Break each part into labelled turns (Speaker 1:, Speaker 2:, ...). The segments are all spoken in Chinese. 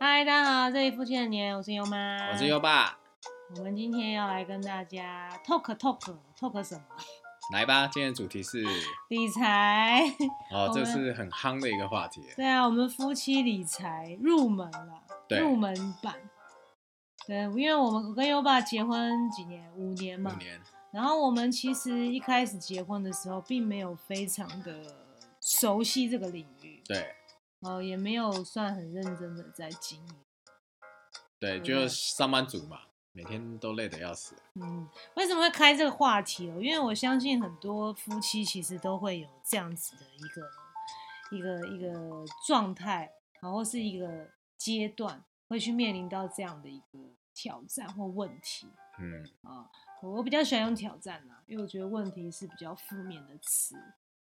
Speaker 1: 嗨，大家好，这里夫妻的年，我是优妈，
Speaker 2: 我是优爸，
Speaker 1: 我们今天要来跟大家 talk talk talk 什么？
Speaker 2: 来吧，今天的主题是
Speaker 1: 理财。
Speaker 2: 哦，
Speaker 1: 我们
Speaker 2: 这是很夯的一个话题。
Speaker 1: 对啊，我们夫妻理财入门了，
Speaker 2: 对
Speaker 1: 入门版。对，因为我们我跟优爸结婚几年，五年嘛
Speaker 2: 五，年，
Speaker 1: 然后我们其实一开始结婚的时候，并没有非常的熟悉这个领域，
Speaker 2: 对
Speaker 1: 哦，也没有算很认真的在经营。
Speaker 2: 对，就上班族嘛，每天都累得要死。
Speaker 1: 嗯，为什么会开这个话题哦？因为我相信很多夫妻其实都会有这样子的一个一个一个状态，然后是一个阶段，会去面临到这样的一个挑战或问题
Speaker 2: 嗯，
Speaker 1: 啊。我我比较喜欢用挑战啦，因为我觉得问题是比较负面的词，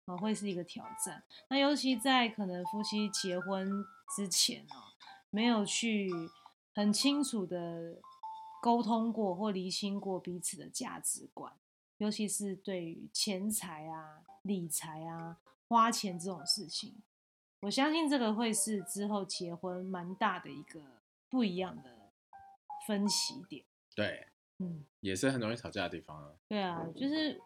Speaker 1: 啊，会是一个挑战。那尤其在可能夫妻结婚之前啊，没有去很清楚的沟通过或厘清过彼此的价值观，尤其是对于钱财啊、理财啊、花钱这种事情，我相信这个会是之后结婚蛮大的一个不一样的分歧点。
Speaker 2: 对，
Speaker 1: 嗯。
Speaker 2: 也是很容易吵架的地方啊。
Speaker 1: 对啊，就是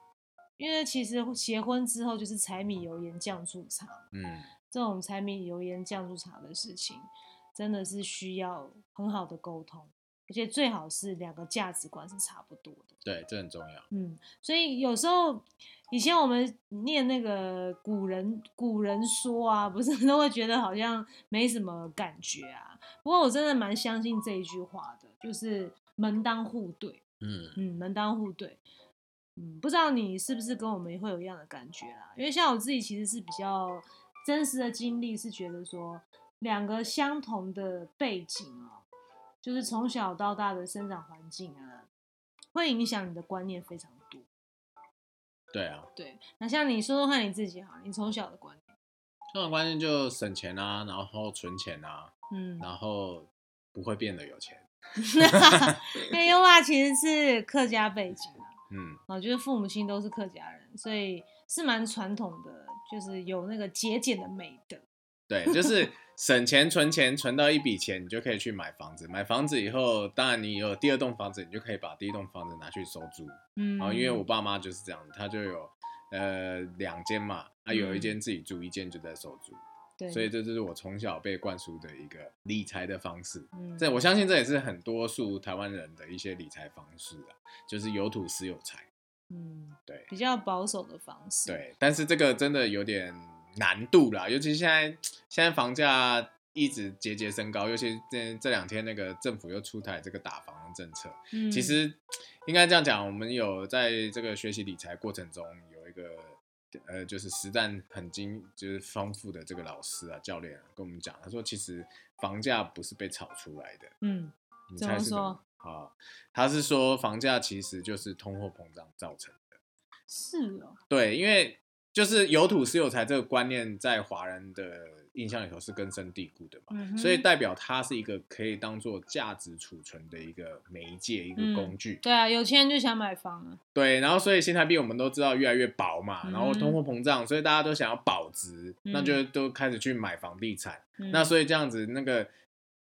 Speaker 1: 因为其实结婚之后就是柴米油盐酱醋茶，
Speaker 2: 嗯，
Speaker 1: 这种柴米油盐酱醋茶的事情，真的是需要很好的沟通，而且最好是两个价值观是差不多的。
Speaker 2: 对，这很重要。
Speaker 1: 嗯，所以有时候以前我们念那个古人古人说啊，不是 都会觉得好像没什么感觉啊。不过我真的蛮相信这一句话的，就是门当户对。
Speaker 2: 嗯，
Speaker 1: 嗯，门当户对。嗯，不知道你是不是跟我们会有一样的感觉啦？因为像我自己其实是比较真实的经历，是觉得说两个相同的背景哦，就是从小到大的生长环境啊，会影响你的观念非常多。
Speaker 2: 对啊，
Speaker 1: 对，那像你说说看你自己哈，你从小的观念，
Speaker 2: 这种关键就省钱啊，然后存钱啊，
Speaker 1: 嗯，
Speaker 2: 然后不会变得有钱。
Speaker 1: 因为优爸其实是客家背景啊，
Speaker 2: 嗯，
Speaker 1: 我觉得父母亲都是客家人，所以是蛮传统的，就是有那个节俭的美德。
Speaker 2: 对，就是省钱存钱，存到一笔钱，你就可以去买房子。买房子以后，当然你有第二栋房子，你就可以把第一栋房子拿去收租。
Speaker 1: 嗯，
Speaker 2: 哦然后因为我爸妈就是这样，他就有呃两间嘛，啊有一
Speaker 1: 嗯
Speaker 2: 间自己住，一间就在收租，
Speaker 1: 对，
Speaker 2: 所以这就是我从小被灌输的一个理财的方式。
Speaker 1: 嗯
Speaker 2: 这我相信这也是很多数台湾人的一些理财方式啊，就是有土斯有财。
Speaker 1: 嗯
Speaker 2: 对
Speaker 1: 比较保守的方式。，
Speaker 2: 对，但是这个真的有点难度啦，尤其现在现在房价一直节节升高，尤其这这两天那个政府又出台这个打房政策，
Speaker 1: 嗯、
Speaker 2: 其实应该这样讲，我们有在这个学习理财过程中有一个呃，就是实战很精就是丰富的这个老师啊教练啊跟我们讲，他说其实房价不是被炒出来的，
Speaker 1: 嗯
Speaker 2: 你
Speaker 1: 怎
Speaker 2: 猜
Speaker 1: 么
Speaker 2: 是什么？啊，他是说房价其实就是通货膨胀造成的。
Speaker 1: 是哦，
Speaker 2: 对，因为就是有土是有财这个观念在华人的印象里头是根深蒂固的嘛。
Speaker 1: 嗯哼
Speaker 2: 所以代表它是一个可以当做价值储存的一个媒介、一个
Speaker 1: 嗯
Speaker 2: 工具。
Speaker 1: 对啊，有钱人就想买房啊。
Speaker 2: 对，然后所以新台币我们都知道越来越薄嘛，
Speaker 1: 嗯
Speaker 2: 然后通货膨胀，所以大家都想要保值，
Speaker 1: 嗯
Speaker 2: 那就都开始去买房地产。
Speaker 1: 嗯、
Speaker 2: 那所以这样子，那个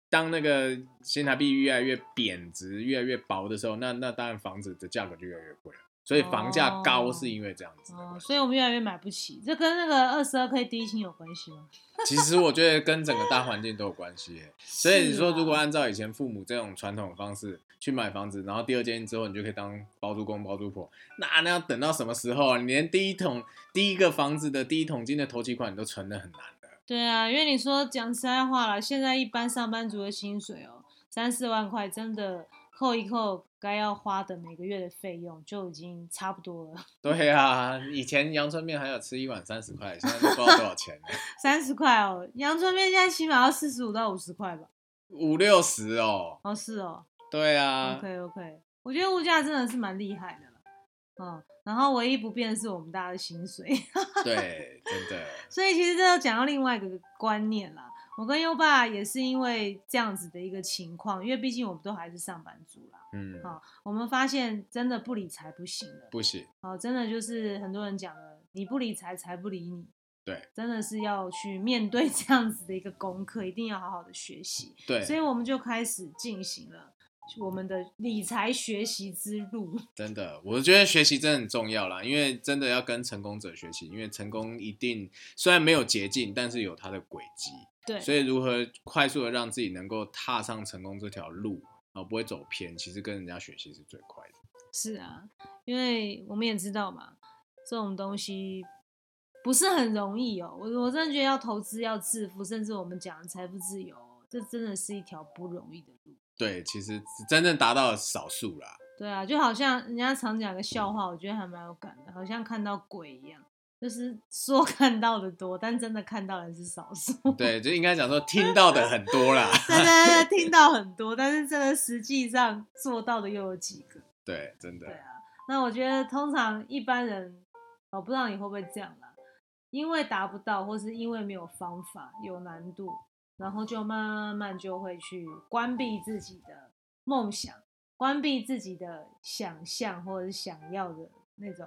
Speaker 2: 当那个新台币越来越贬值、越来越薄的时候，那那当然房子的价格就越来越贵了。所以房价高是因为这样子的
Speaker 1: 哦，
Speaker 2: 关系。
Speaker 1: 所以我们越来越买不起，这跟那个二十二 K 低薪有关系吗？
Speaker 2: 其实我觉得跟整个大环境都有关系耶。 所以你说，
Speaker 1: 啊
Speaker 2: 如果按照以前父母这种传统的方式去买房子，然后第二间之后你就可以当包租公包租婆，那那要等到什么时候啊？你连第一桶第一个房子的第一桶金的头期款你都存的很难的。
Speaker 1: 对啊，因为你说讲实在话啦，现在一般上班族的薪水哦，三四万块，真的扣一扣该要花的每个月的费用就已经差不多了，
Speaker 2: 对啊，以前阳春面还有吃一碗三十块，现在都不知道多少钱了，
Speaker 1: 三十块哦，阳春面现在起码要四十五到五十块吧？
Speaker 2: 五六十哦。
Speaker 1: 哦，是哦、
Speaker 2: 对啊
Speaker 1: o，k OK，我觉得物价真的是蛮厉害的了，嗯，然后唯一不变的是我们大家的薪水。
Speaker 2: 对，真的，
Speaker 1: 所以其实这又讲到另外一个观念啦。我跟优爸也是因为这样子的一个情况，因为毕竟我们都还是上班族啦。
Speaker 2: 嗯，
Speaker 1: 好我们发现真的不理财不行了，
Speaker 2: 不行，
Speaker 1: 哦，真的就是很多人讲的，你不理财，财不理你。
Speaker 2: 对，
Speaker 1: 真的是要去面对这样子的一个功课，一定要好好的学习。
Speaker 2: 对，
Speaker 1: 所以我们就开始进行了我们的理财学习之路。
Speaker 2: 真的，我觉得学习真的很重要啦，因为真的要跟成功者学习，因为成功一定虽然没有捷径，但是有它的轨迹。
Speaker 1: 对，
Speaker 2: 所以如何快速的让自己能够踏上成功这条路，啊，不会走偏，其实跟人家学习是最快的。
Speaker 1: 是啊，因为我们也知道嘛，这种东西不是很容易哦。我我真的觉得要投资要致富，甚至我们讲财富自由，哦这真的是一条不容易的路。
Speaker 2: 对，其实真正达到的少数啦。
Speaker 1: 对啊，就好像人家常讲个笑话，我觉得还蛮有感的，好像看到鬼一样，就是说 看到的多，但真的看到的是少数。
Speaker 2: 对，就应该讲说听到的很多啦。
Speaker 1: 真的听到很多，但是真的实际上做到的又有几个？
Speaker 2: 对，真的
Speaker 1: 对啊，那我觉得通常一般人，我不知道你会不会这样啦，因为达不到，或是因为没有方法、有难度，然后就慢慢就会去关闭自己的梦想，关闭自己的想象或者是想要的那种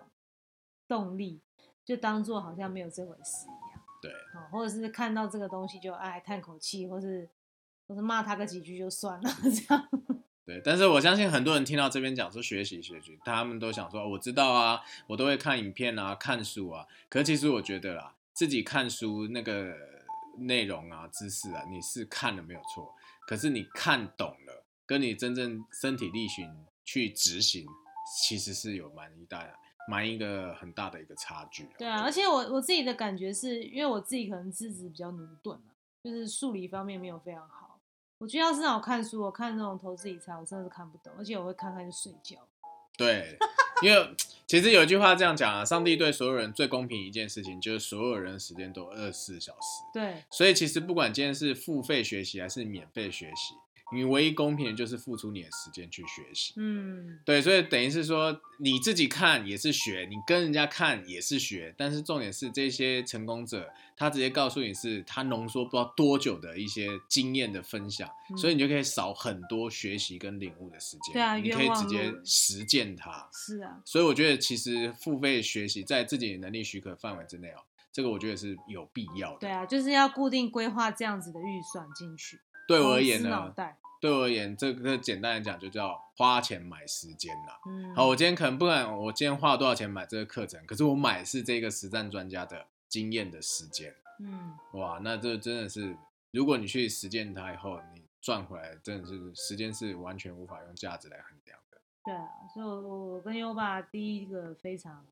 Speaker 1: 动力，就当做好像没有这回事一样。
Speaker 2: 对
Speaker 1: 哦，或者是看到这个东西就哎叹口气，或是或是骂他个几句就算了， 这样。
Speaker 2: 对。但是我相信很多人听到这边讲说学习学习，他们都想说、哦我知道啊，我都会看影片啊，看书啊。可是其实我觉得啦，自己看书那个内容啊、知识啊，你是看了没有错，可是你看懂了，跟你真正身体力行去执行，其实是有蛮一大蛮一个很大的一个差距、
Speaker 1: 对啊，
Speaker 2: 我
Speaker 1: 而
Speaker 2: 觉
Speaker 1: 且我我自己的感觉是，因为我自己可能资质比较驽钝嘛，就是数理方面没有非常好。我觉得要是让我看书，我看那种投资理财，我真的是看不懂，而且我会看看就睡觉。
Speaker 2: 得对，因为 其实有一句话这样讲啊，上帝对所有人最公平一件事情，就是所有人的时间都二十四小时。
Speaker 1: 对，
Speaker 2: 所以其实不管今天是付费学习还是免费学习，你唯一公平的就是付出你的时间去学习。
Speaker 1: 嗯，
Speaker 2: 对，所以等于是说你自己看也是学，你跟人家看也是学，但是重点是这些成功者，他直接告诉你是他浓缩不知道多久的一些经验的分享，
Speaker 1: 嗯
Speaker 2: 所以你就可以少很多学习跟领悟的时间，
Speaker 1: 对啊
Speaker 2: 你可以
Speaker 1: 冤枉
Speaker 2: 直接
Speaker 1: 路
Speaker 2: 实践它。
Speaker 1: 是啊，
Speaker 2: 所以我觉得其实付费学习在自己的能力许可范围之内哦，这个我觉得是有必要的。
Speaker 1: 对啊，就是要固定规划这样子的预算进去。
Speaker 2: 对我
Speaker 1: 投
Speaker 2: 而
Speaker 1: 资
Speaker 2: 言
Speaker 1: 脑
Speaker 2: 呢，
Speaker 1: 袋，
Speaker 2: 对我而言，这个简单来讲就叫花钱买时间啦。
Speaker 1: 嗯，
Speaker 2: 好，我今天可能不管我今天花多少钱买这个课程，可是我买是这个实战专家的经验的时间，
Speaker 1: 嗯，
Speaker 2: 哇，那这真的是，如果你去实践它以后，你赚回来真的是时间是完全无法用价值来衡量的。
Speaker 1: 对啊，所以我我我跟优爸第一个非常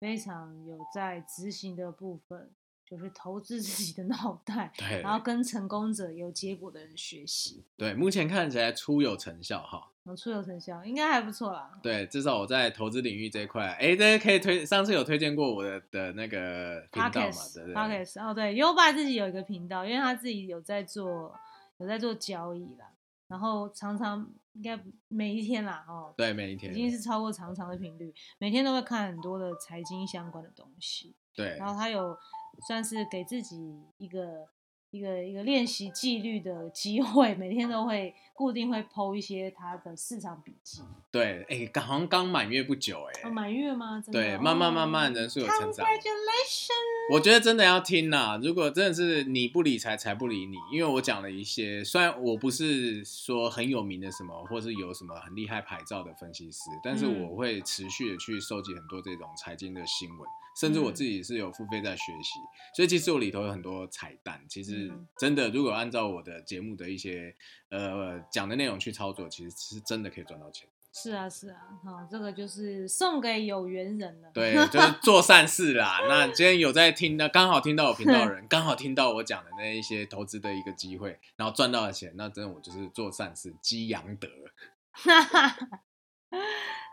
Speaker 1: 非常有在执行的部分，就是投资自己的脑袋。
Speaker 2: 对，
Speaker 1: 然后跟成功者有结果的人学习，
Speaker 2: 对，目前看起来初有成效哈。
Speaker 1: 然后出有成效，应该还不错啦。
Speaker 2: 对，至少我在投资领域这一块，哎，大家可以推，上次有推荐过我的的那个频道嘛，对不对？
Speaker 1: Pockets，Pockets，哦对优爸自己有一个频道，因为他自己有在做有在做交易啦，然后常常应该不每一天啦哦，
Speaker 2: 对，每一
Speaker 1: 已
Speaker 2: 天，
Speaker 1: 经是超过常常的频率，每天都会看很多的财经相关的东西，
Speaker 2: 对
Speaker 1: 然后他有算是给自己一个。一个一个练习纪律的机会，每天都会固定会剖一些他的市场笔记，
Speaker 2: 对，哎，刚好像刚满月不久，哎，
Speaker 1: 哦，满月吗？真的
Speaker 2: 对
Speaker 1: 哦
Speaker 2: 慢慢慢慢人数有成长
Speaker 1: Congratulations！
Speaker 2: 我觉得真的要听啦。如果真的是你不理财，财不理你，因为我讲了一些，虽然我不是说很有名的什么，或是有什么很厉害牌照的分析师，但是
Speaker 1: 嗯
Speaker 2: 我会持续的去收集很多这种财经的新闻，甚至我
Speaker 1: 嗯
Speaker 2: 自己是有付费在学习，所以其实我里头有很多彩蛋。其实
Speaker 1: 嗯
Speaker 2: 真的，如果按照我的节目的一些呃讲的内容去操作，其实是真的可以赚到钱。
Speaker 1: 是啊，是啊，好、这个就是送给有缘人了。
Speaker 2: 对，就是做善事啦。那今天有在听的，刚好听到我频道的人，刚好听到我讲的那一些投资的一个机会，然后赚到了钱，那真的我就是做善事，积阳德。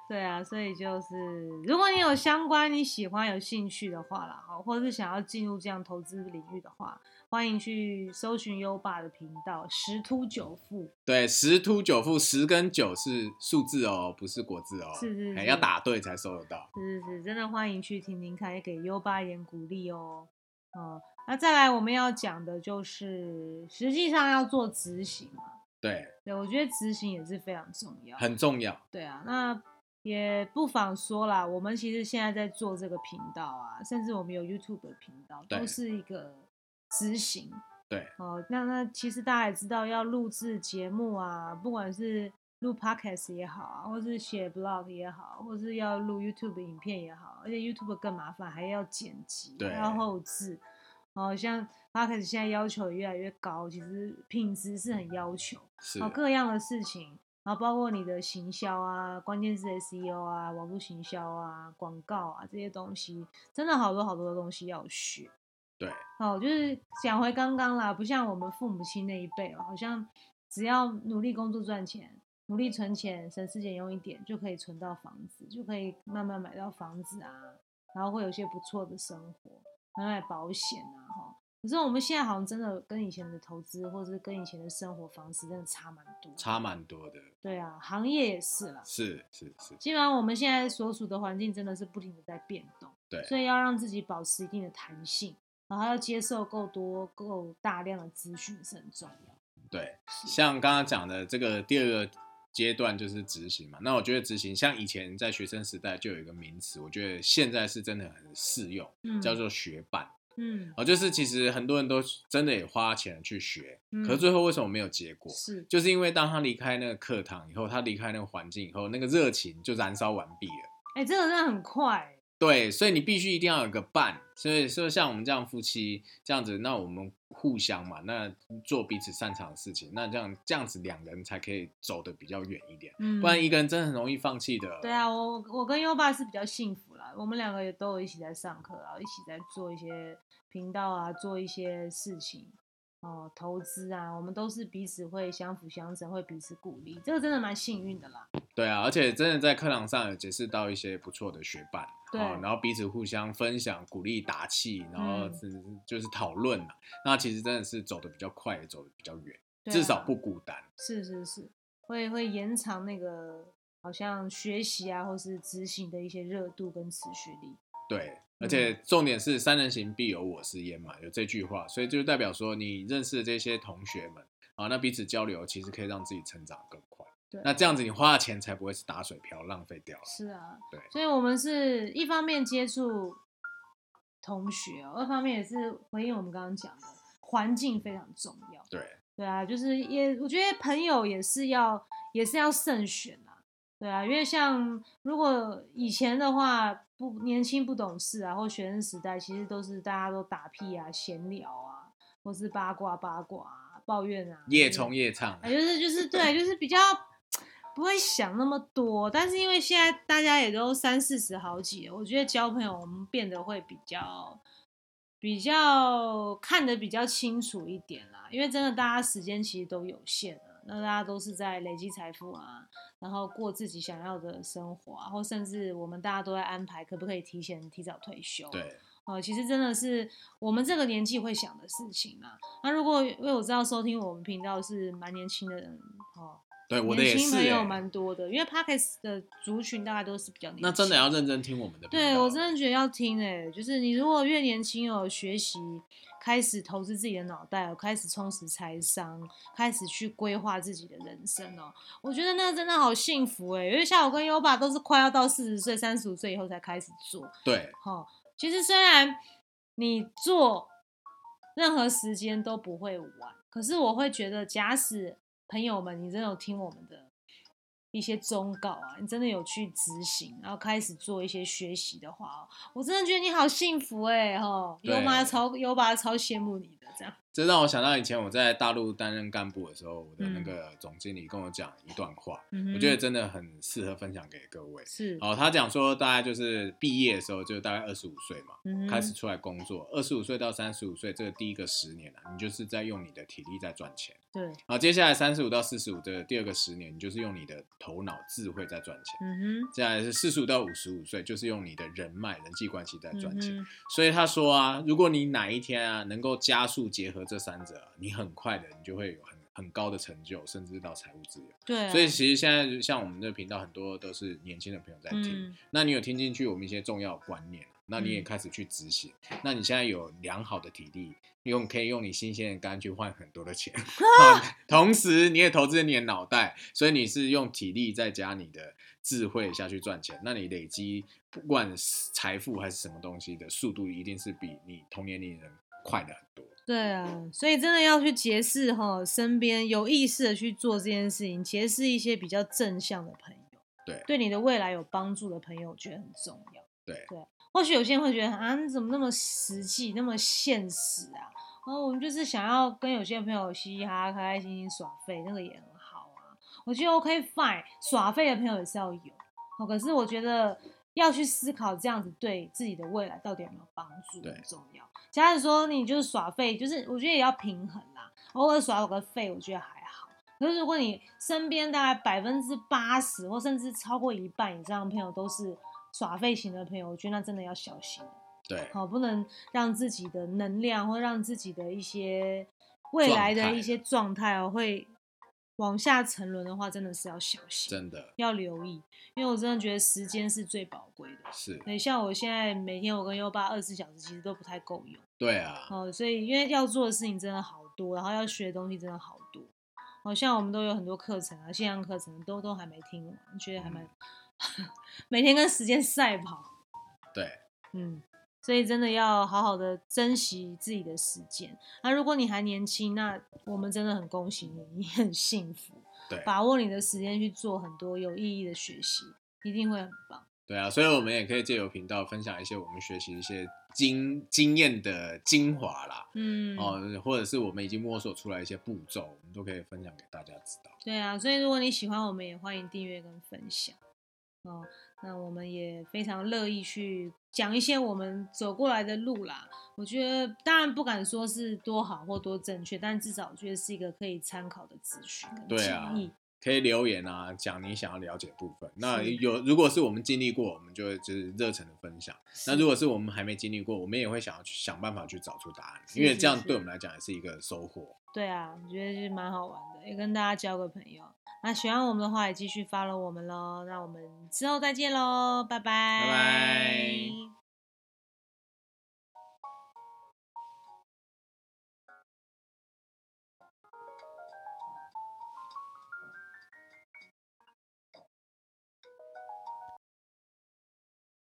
Speaker 1: 对啊，所以就是如果你有相关你喜欢、有兴趣的话啦，好，或者是想要进入这样投资领域的话，欢迎去搜寻优爸的频道“十突九富
Speaker 2: 对，十突九富，十跟九是数字哦，不是国字哦，
Speaker 1: 是是
Speaker 2: 哎
Speaker 1: 是
Speaker 2: 要打对才收得到”，。
Speaker 1: 是是是，真的欢迎去听听看，也给优爸一点鼓励哦。嗯，那再来我们要讲的就是，实际上要做执行嘛。
Speaker 2: 对，
Speaker 1: 对，我觉得执行也是非常重要。
Speaker 2: 很重要。
Speaker 1: 对啊，那也不妨说啦，我们其实现在在做这个频道啊，甚至我们有 YouTube 的频道，
Speaker 2: 对
Speaker 1: 都是一个执行。
Speaker 2: 对
Speaker 1: 哦，那那其实大家也知道，要录制节目啊，不管是录 Podcast 也好啊，或是写 blog 也好，或是要录 YouTube 影片也好，而且 YouTube 更麻烦，还要剪辑，
Speaker 2: 对
Speaker 1: 还要后置。哦，像 Podcast 现在要求也越来越高，其实品质是很要求。
Speaker 2: 是
Speaker 1: 哦，各样的事情，然后包括你的行销啊、关键字 SEO 啊、网络行销啊、广告啊这些东西，真的好多好多的东西要学。
Speaker 2: 对，
Speaker 1: 哦，就是讲回刚刚啦，不像我们父母亲那一辈哦，好像只要努力工作赚钱。努力存钱，省吃俭用一点就可以存到房子，就可以慢慢买到房子啊，然后会有一些不错的生活，然后买保险啊，哈。可是我们现在好像真的跟以前的投资，或者是跟以前的生活方式，真的差蛮多。
Speaker 2: 差蛮多的，
Speaker 1: 对啊，行业也是啦。
Speaker 2: 是是是，
Speaker 1: 基本上我们现在所处的环境真的是不停的在变动，
Speaker 2: 对
Speaker 1: 所以要让自己保持一定的弹性，然后要接受够多、够大量的资讯是很重要。
Speaker 2: 对。
Speaker 1: 是
Speaker 2: 像刚刚讲的这个第二个阶段就是执行嘛，那我觉得执行像以前在学生时代就有一个名词，我觉得现在是真的很适用，
Speaker 1: 嗯
Speaker 2: 叫做学伴。
Speaker 1: 嗯，
Speaker 2: 哦，就是其实很多人都真的也花钱去学，可是
Speaker 1: 嗯
Speaker 2: 最后为什么没有结果？
Speaker 1: 是
Speaker 2: 就是因为当他离开那个课堂以后，他离开那个环境以后，那个热情就燃烧完毕了。
Speaker 1: 哎、这个真的很快、欸
Speaker 2: 对，所以你必须一定要有个伴，所以说像我们这样夫妻这样子，那我们互相嘛，那做彼此擅长的事情，那这样这样子两人才可以走得比较远一点，
Speaker 1: 嗯，
Speaker 2: 不然一个人真的很容易放弃的。
Speaker 1: 对啊，，我我跟优爸是比较幸福啦，我们两个也都有一起在上课，啊然后一起在做一些频道啊，做一些事情，哦、投资啊，我们都是彼此会相辅相成，会彼此鼓励，这个真的蛮幸运的啦。
Speaker 2: 对啊，而且真的在课堂上有结识到一些不错的学伴，
Speaker 1: 对
Speaker 2: 哦然后彼此互相分享、鼓励、打气，然后
Speaker 1: 嗯
Speaker 2: 是、就是讨论嘛，那其实真的是走得比较快，也走得比较远，
Speaker 1: 对
Speaker 2: 至少
Speaker 1: 啊
Speaker 2: 不孤单。
Speaker 1: 是是是，会会延长那个好像学习啊，或是执行的一些热度跟持续力。
Speaker 2: 对，而
Speaker 1: 嗯
Speaker 2: 且重点是“三人行必有我师焉”嘛，有这句话，所以就代表说你认识的这些同学们啊，那彼此交流其实可以让自己成长更快。
Speaker 1: 对，啊
Speaker 2: 那这样子你花的钱才不会是打水漂浪费掉了。
Speaker 1: 是啊，
Speaker 2: 对
Speaker 1: 所以我们是一方面接触同学、哦，二方面也是回应我们刚刚讲的环境非常重要。
Speaker 2: 对，
Speaker 1: 对啊，就是也我觉得朋友也是要也是要慎选啊。对啊，因为像如果以前的话，不年轻不懂事啊，或学生时代，其实都是大家都打屁啊、闲聊啊，或是八卦八卦啊、抱怨啊，
Speaker 2: 夜
Speaker 1: 就是
Speaker 2: 冲夜唱，
Speaker 1: 啊，就是就是对，就是比较不会想那么多。但是因为现在大家也都三四十好几了，我觉得交朋友我们变得会比较比较看得比较清楚一点啦。因为真的大家时间其实都有限啊，那大家都是在累积财富啊，然后过自己想要的生活啊，或甚至我们大家都在安排可不可以提前提早退休。
Speaker 2: 对
Speaker 1: 哦，其实真的是我们这个年纪会想的事情啦。那如果因为我知道收听我们频道是蛮年轻的人哦，
Speaker 2: 对，我的也
Speaker 1: 年轻
Speaker 2: 是、
Speaker 1: 朋友
Speaker 2: 欸。
Speaker 1: 蛮多的，因为 Podcast 的族群大概都是比较年轻。
Speaker 2: 那真的要认真听我们的频道。
Speaker 1: 对我真的觉得要听诶、就是你如果越年轻有学习，开始投资自己的脑袋哦，开始充实财商，开始去规划自己的人生哦，我觉得那个真的好幸福欸诶、因为像我跟优爸都是快要到四十岁、三十五岁以后才开始做，
Speaker 2: 对
Speaker 1: 哦，其实虽然你做任何时间都不会晚，可是我会觉得，假使朋友们你真的有听我们的一些忠告啊，你真的有去执行，然后开始做一些学习的话哦，我真的觉得你好幸福哎、哦，
Speaker 2: 对
Speaker 1: 优妈超优爸超羡慕你的这样，
Speaker 2: 这让我想到以前我在大陆担任干部的时候，我的那
Speaker 1: 嗯
Speaker 2: 个总经理跟我讲一段话，我觉得真的很适合分享给各位。
Speaker 1: 是，
Speaker 2: 哦，他讲说大概就是毕业的时候，就大概二十五岁嘛，
Speaker 1: 嗯哼
Speaker 2: 开始出来工作，二十五岁到三十五岁这个第一个十年啊，你就是在用你的体力在赚钱。
Speaker 1: 对，
Speaker 2: 然后接下来三十五到四十五的第二个十年，你就是用你的头脑智慧在赚钱。
Speaker 1: 嗯
Speaker 2: 接下来是四十五到五十五岁，就是用你的人脉、人际关系在
Speaker 1: 哼，
Speaker 2: 赚钱。
Speaker 1: 嗯哼
Speaker 2: 所以他说啊，如果你哪一天啊能够加速结合这三者啊、你很快的你就会有很很高的成就，甚至到财务自由。
Speaker 1: 对啊，
Speaker 2: 所以其实现在像我们这个频道很多都是年轻的朋友在听，
Speaker 1: 嗯
Speaker 2: 那你有听进去我们一些重要的观念，那你也
Speaker 1: 嗯
Speaker 2: 开始去执行。那你现在有良好的体力，用可以用你新鲜的肝去换很多 的钱，啊、同时你也投资了你的脑袋，所以你是用体力再加你的智慧下去赚钱。那你累积不管是财富还是什么东西的速度，一定是比你同年龄人快的很多。
Speaker 1: 对啊，所以真的要去结识哈，身边有意识的去做这件事情，结识一些比较正向的朋友，
Speaker 2: 对
Speaker 1: 对你的未来有帮助的朋友，我觉得很重要。
Speaker 2: 对
Speaker 1: 对，啊或许有些人会觉得啊，你怎么那么实际，那么现实啊？哦，我们就是想要跟有些朋友嘻嘻哈哈、开开心心耍废，那个也很好啊。我觉得 OK fine，耍废的朋友也是要有。哦，可是我觉得要去思考这样子对自己的未来到底有没有帮助
Speaker 2: 对
Speaker 1: 很重要。假如说你就是耍废，就是我觉得也要平衡啦，偶尔耍个废，我觉得还好。可是如果你身边大概百分之八十或甚至超过一半以上的朋友都是耍废型的朋友，我觉得那真的要小心，
Speaker 2: 对，
Speaker 1: 好不能让自己的能量或让自己的一些未来
Speaker 2: 状
Speaker 1: 的
Speaker 2: 态
Speaker 1: 一些状态哦会往下沉沦的话，真的是要小心。
Speaker 2: 真的
Speaker 1: 要留意，因为我真的觉得时间是最宝贵的。
Speaker 2: 是，
Speaker 1: 对，像我现在每天我跟优爸二十四小时其实都不太够用
Speaker 2: 对啊，
Speaker 1: 哦，所以因为要做的事情真的好多，然后要学的东西真的好多。好、像我们都有很多课程啊，线上课程都都还没听完，觉得还蛮、 每天跟时间赛跑，
Speaker 2: 对。
Speaker 1: 嗯，所以真的要好好的珍惜自己的时间。那、如果你还年轻，那我们真的很恭喜你，你很幸福，
Speaker 2: 对
Speaker 1: 把握你的时间去做很多有意义的学习，一定会很棒。
Speaker 2: 对啊，所以我们也可以借由频道分享一些我们学习一些经经验的精华啦，
Speaker 1: 嗯，
Speaker 2: 哦，或者是我们已经摸索出来一些步骤，我们都可以分享给大家知道。
Speaker 1: 对啊，所以如果你喜欢，我们也欢迎订阅跟分享哦。那我们也非常乐意去讲一些我们走过来的路啦。我觉得当然不敢说是多好或多正确，但至少我觉得是一个可以参考的资讯跟
Speaker 2: 对
Speaker 1: 建
Speaker 2: 啊
Speaker 1: 议。
Speaker 2: 可以留言啊，讲你想要了解的部分。那
Speaker 1: 是
Speaker 2: 有如果是我们经历过，我们就会就是热忱的分享；那如
Speaker 1: 果
Speaker 2: 果是我们还没经历过，我们也会想要去想办法去找出答案，
Speaker 1: 是
Speaker 2: 因为
Speaker 1: 是
Speaker 2: 这样
Speaker 1: 是
Speaker 2: 对我们来讲也是一个收获。
Speaker 1: 对啊，我觉得就是蛮好玩的，也跟大家交个朋友。那喜欢我们的话，也继续 follow 我们喽。那我们之后再见喽，拜拜，
Speaker 2: 拜拜